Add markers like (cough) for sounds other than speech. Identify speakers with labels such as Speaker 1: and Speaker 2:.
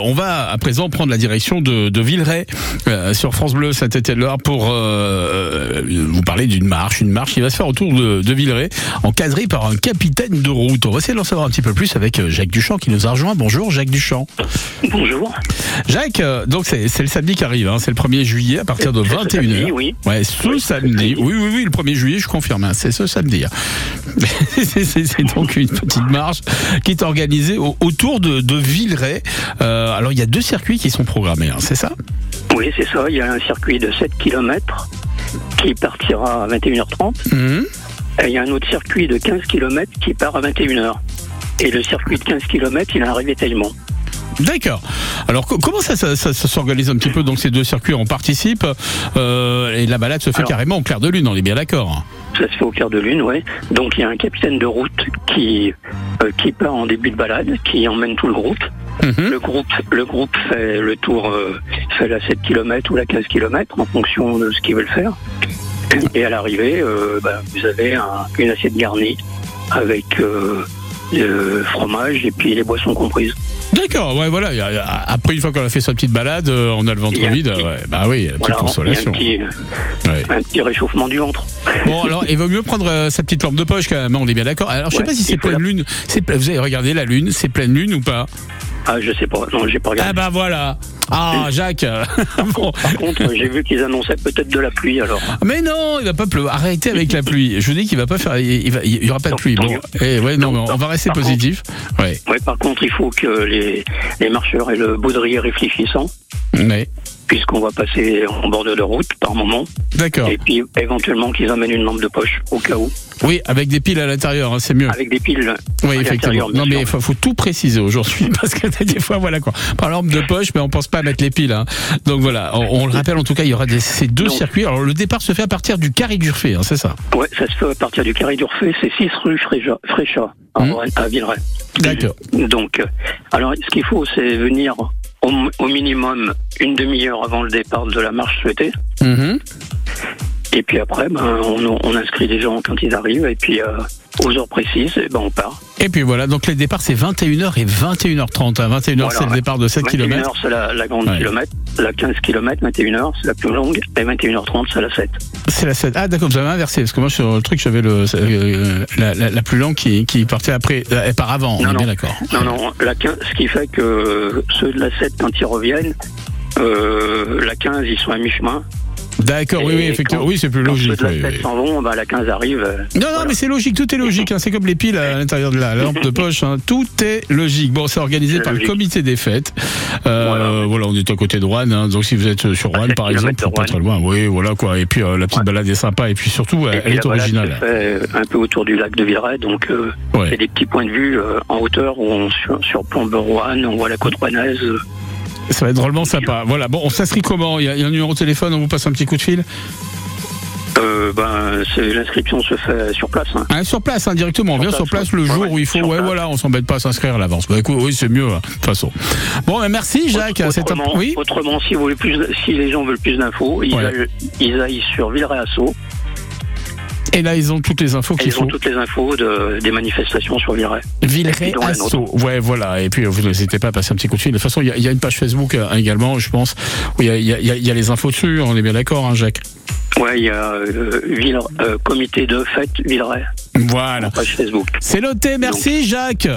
Speaker 1: On va à présent prendre la direction de, de Villeray euh, sur France Bleu Saint-Étienne-Loire pour euh, vous parler d'une marche, une marche qui va se faire autour de, de Villeray, encadrée par un capitaine de route. On va essayer d'en savoir un petit peu plus avec euh, Jacques Duchamp qui nous a rejoint. Bonjour Jacques Duchamp.
Speaker 2: Bonjour.
Speaker 1: Jacques, euh, donc c'est c'est le samedi qui arrive, hein, c'est le 1er juillet à partir de
Speaker 2: C'est ce samedi,
Speaker 1: 21h.
Speaker 2: Oui.
Speaker 1: Ouais, ce
Speaker 2: Oui,
Speaker 1: samedi.
Speaker 2: samedi.
Speaker 1: Oui, oui, oui, le 1er juillet, je confirme, hein, c'est ce samedi. hein. (laughs) c'est c'est- c'est donc une petite marche qui est organisée au- autour de, de Villeray. Euh, alors, il y a deux circuits qui sont programmés, hein, c'est ça
Speaker 2: Oui, c'est ça. Il y a un circuit de 7 km qui partira à 21h30
Speaker 1: Mhm.
Speaker 2: et il y a un autre circuit de 15 km qui part à 21h. Et le circuit de 15 km, il a un ravitaillement.
Speaker 1: D'accord. Alors, co- comment ça, ça- ça- ça s'organise un petit peu Donc, ces deux circuits, on participe euh, et la balade se fait
Speaker 2: Alors.
Speaker 1: carrément au clair de lune, on est bien d'accord hein.
Speaker 2: Ça se fait au clair de lune, ouais. Donc il y a un capitaine de route qui, euh, qui part en début de balade, qui emmène tout le groupe.
Speaker 1: Mhm.
Speaker 2: Le groupe, le groupe fait le tour, euh, fait la 7 km ou la 15 km en fonction de ce qu'ils veulent faire. Et à l'arrivée, euh, bah, vous avez un- une assiette garnie avec euh, le fromage et puis les boissons comprises.
Speaker 1: D'accord, ouais, voilà. y a- y a- Après, une fois qu'on a fait sa petite balade, euh, on a le ventre
Speaker 2: Il y a un
Speaker 1: vide.
Speaker 2: petit-
Speaker 1: ouais, bah oui, la petite
Speaker 2: Voilà, hein. il y a un
Speaker 1: consolation.
Speaker 2: petit,
Speaker 1: Ouais.
Speaker 2: un petit réchauffement du ventre.
Speaker 1: Bon, alors, il vaut mieux prendre euh, sa petite lampe de poche quand même, hein, on est bien d'accord. Alors, je sais
Speaker 2: Ouais,
Speaker 1: pas si c'est
Speaker 2: il faut la-
Speaker 1: pleine lune. C'est pla- Vous avez regardé la lune, c'est pleine lune ou pas
Speaker 2: Ah, je sais pas, non, j'ai pas regardé.
Speaker 1: Ah, bah voilà Ah, Jacques (laughs) Bon.
Speaker 2: Par contre, j'ai vu qu'ils annonçaient peut-être de la pluie alors.
Speaker 1: Mais non, il va pas pleuvoir. Arrêtez avec la pluie. Je vous dis qu'il va pas faire. Il il va- il y aura pas de
Speaker 2: Non,
Speaker 1: pluie.
Speaker 2: tant
Speaker 1: Bon,
Speaker 2: mieux.
Speaker 1: eh, ouais, non,
Speaker 2: Non,
Speaker 1: mais on
Speaker 2: non,
Speaker 1: va rester
Speaker 2: par contre-
Speaker 1: positif. Ouais.
Speaker 2: Ouais, par contre, il faut que les, les marcheurs et le baudrier réfléchissant,
Speaker 1: ouais.
Speaker 2: puisqu'on va passer en bordure de route par moment.
Speaker 1: D'accord.
Speaker 2: Et puis éventuellement qu'ils amènent une lampe de poche au cas où,
Speaker 1: Oui, avec des piles à l'intérieur, hein, c'est mieux.
Speaker 2: avec des piles.
Speaker 1: Oui,
Speaker 2: à
Speaker 1: effectivement.
Speaker 2: l'intérieur, bien
Speaker 1: Non, mais
Speaker 2: sûr.
Speaker 1: il faut, faut tout préciser aujourd'hui (laughs) parce que des fois, voilà quoi. Par l'arme de poche, mais on pense pas à mettre les piles. hein. Donc voilà, on, on le rappelle en tout cas, il y aura des- ces deux
Speaker 2: Donc-
Speaker 1: circuits. Alors le départ se fait à partir du carré d'Urfé, hein, c'est ça
Speaker 2: Ouais, ça se fait à partir du carré d'Urfé, c'est 6 rue Fréja- Fréchat, à,
Speaker 1: Mhm.
Speaker 2: Rennes- à Villeray.
Speaker 1: D'accord.
Speaker 2: Donc, euh, alors ce qu'il faut, c'est venir au, au minimum une demi-heure avant le départ de la marche souhaitée. Mm-hmm.
Speaker 1: Mhm.
Speaker 2: Et puis après, ben, on, on inscrit les gens quand ils arrivent, et puis euh, aux heures précises, et ben, on part.
Speaker 1: Et puis voilà, donc les départs c'est 21h et 21h30. hein. 21h
Speaker 2: Voilà,
Speaker 1: c'est le
Speaker 2: ouais.
Speaker 1: départ de 7
Speaker 2: 21h,
Speaker 1: km.
Speaker 2: c'est la, la grande
Speaker 1: Ouais.
Speaker 2: kilomètre, la 15 km, 21h, c'est la plus longue, et 21h30, c'est la 7.
Speaker 1: C'est la 7. Ah d'accord, vous avez inversé parce que moi sur le truc j'avais le euh, la, la- la plus longue qui, qui partait après, euh, par avant.
Speaker 2: Non,
Speaker 1: on est
Speaker 2: non.
Speaker 1: bien d'accord.
Speaker 2: Non, non, la 15, ce qui fait que ceux de la 7, quand ils reviennent, euh, la 15, ils sont à mi-chemin.
Speaker 1: D'accord, oui,
Speaker 2: Et
Speaker 1: oui, effectivement.
Speaker 2: quand-
Speaker 1: Oui, c'est plus
Speaker 2: Quand
Speaker 1: logique.
Speaker 2: ceux de la
Speaker 1: oui,
Speaker 2: 7
Speaker 1: oui.
Speaker 2: s'en vont, bah, la 15 arrive. euh,
Speaker 1: Non, non,
Speaker 2: voilà.
Speaker 1: mais c'est logique, tout est logique. hein. C'est comme les piles à l'intérieur de la lampe de poche. hein. Tout est logique. Bon, c'est organisé
Speaker 2: C'est
Speaker 1: par le
Speaker 2: logique.
Speaker 1: comité des fêtes. Euh, voilà.
Speaker 2: Voilà.
Speaker 1: on est à côté de Rouen. hein. Donc, si vous êtes sur
Speaker 2: (laughs)
Speaker 1: Rouen,
Speaker 2: sept
Speaker 1: par
Speaker 2: kilomètres
Speaker 1: exemple,
Speaker 2: de
Speaker 1: c'est pas
Speaker 2: Rouen.
Speaker 1: très loin. Oui, voilà quoi. Et puis, euh, la petite
Speaker 2: Ouais.
Speaker 1: balade est sympa. Et puis, surtout,
Speaker 2: Et
Speaker 1: elle,
Speaker 2: puis
Speaker 1: elle
Speaker 2: la
Speaker 1: est
Speaker 2: balade
Speaker 1: originale.
Speaker 2: se fait, euh, un peu autour du lac de Villeray, donc euh,
Speaker 1: Ouais.
Speaker 2: c'est des petits points de vue euh, en hauteur où on sur- surplombe Rouen, on voit la côte rouennaise.
Speaker 1: Ça va être drôlement sympa. Voilà. Bon, on s'inscrit comment il y, a, il y a un numéro de téléphone. On vous passe un petit coup de fil.
Speaker 2: Euh, ben, c'est- l'inscription se fait sur place. hein.
Speaker 1: Hein, sur place, hein, directement. On
Speaker 2: Sur
Speaker 1: vient sur
Speaker 2: place,
Speaker 1: place
Speaker 2: ouais.
Speaker 1: le
Speaker 2: Ouais,
Speaker 1: jour
Speaker 2: ouais,
Speaker 1: où il faut.
Speaker 2: sur
Speaker 1: Ouais,
Speaker 2: place.
Speaker 1: voilà. On s'embête pas à s'inscrire à l'avance. Bah, écoute, oui, c'est mieux. hein, De toute façon. Bon, ben, merci, Jacques. C'est un.
Speaker 2: Autrement,
Speaker 1: Oui.
Speaker 2: autrement, si, vous voulez plus, si les gens veulent plus d'infos, ils,
Speaker 1: Ouais.
Speaker 2: aillent, ils aillent sur Villeray-Assaut.
Speaker 1: Et là, ils ont toutes les infos
Speaker 2: Et
Speaker 1: qu'il
Speaker 2: Ils
Speaker 1: faut.
Speaker 2: ont toutes les infos de- des manifestations sur Villeray.
Speaker 1: Villeray
Speaker 2: Et dans la nôtre.
Speaker 1: Assaut. Ouais, voilà. Et puis, euh, vous n'hésitez pas à passer un petit coup de fil. De toute façon, il y a- il y, a une page Facebook euh, également, je pense, où il y a, il y a- il y a- il y a les infos dessus. On est bien d'accord, hein, Jacques
Speaker 2: Ouais, il y a euh, Ville- euh, comité de fête Villeray,
Speaker 1: Voilà.
Speaker 2: page Facebook.
Speaker 1: C'est noté. Merci, Jacques.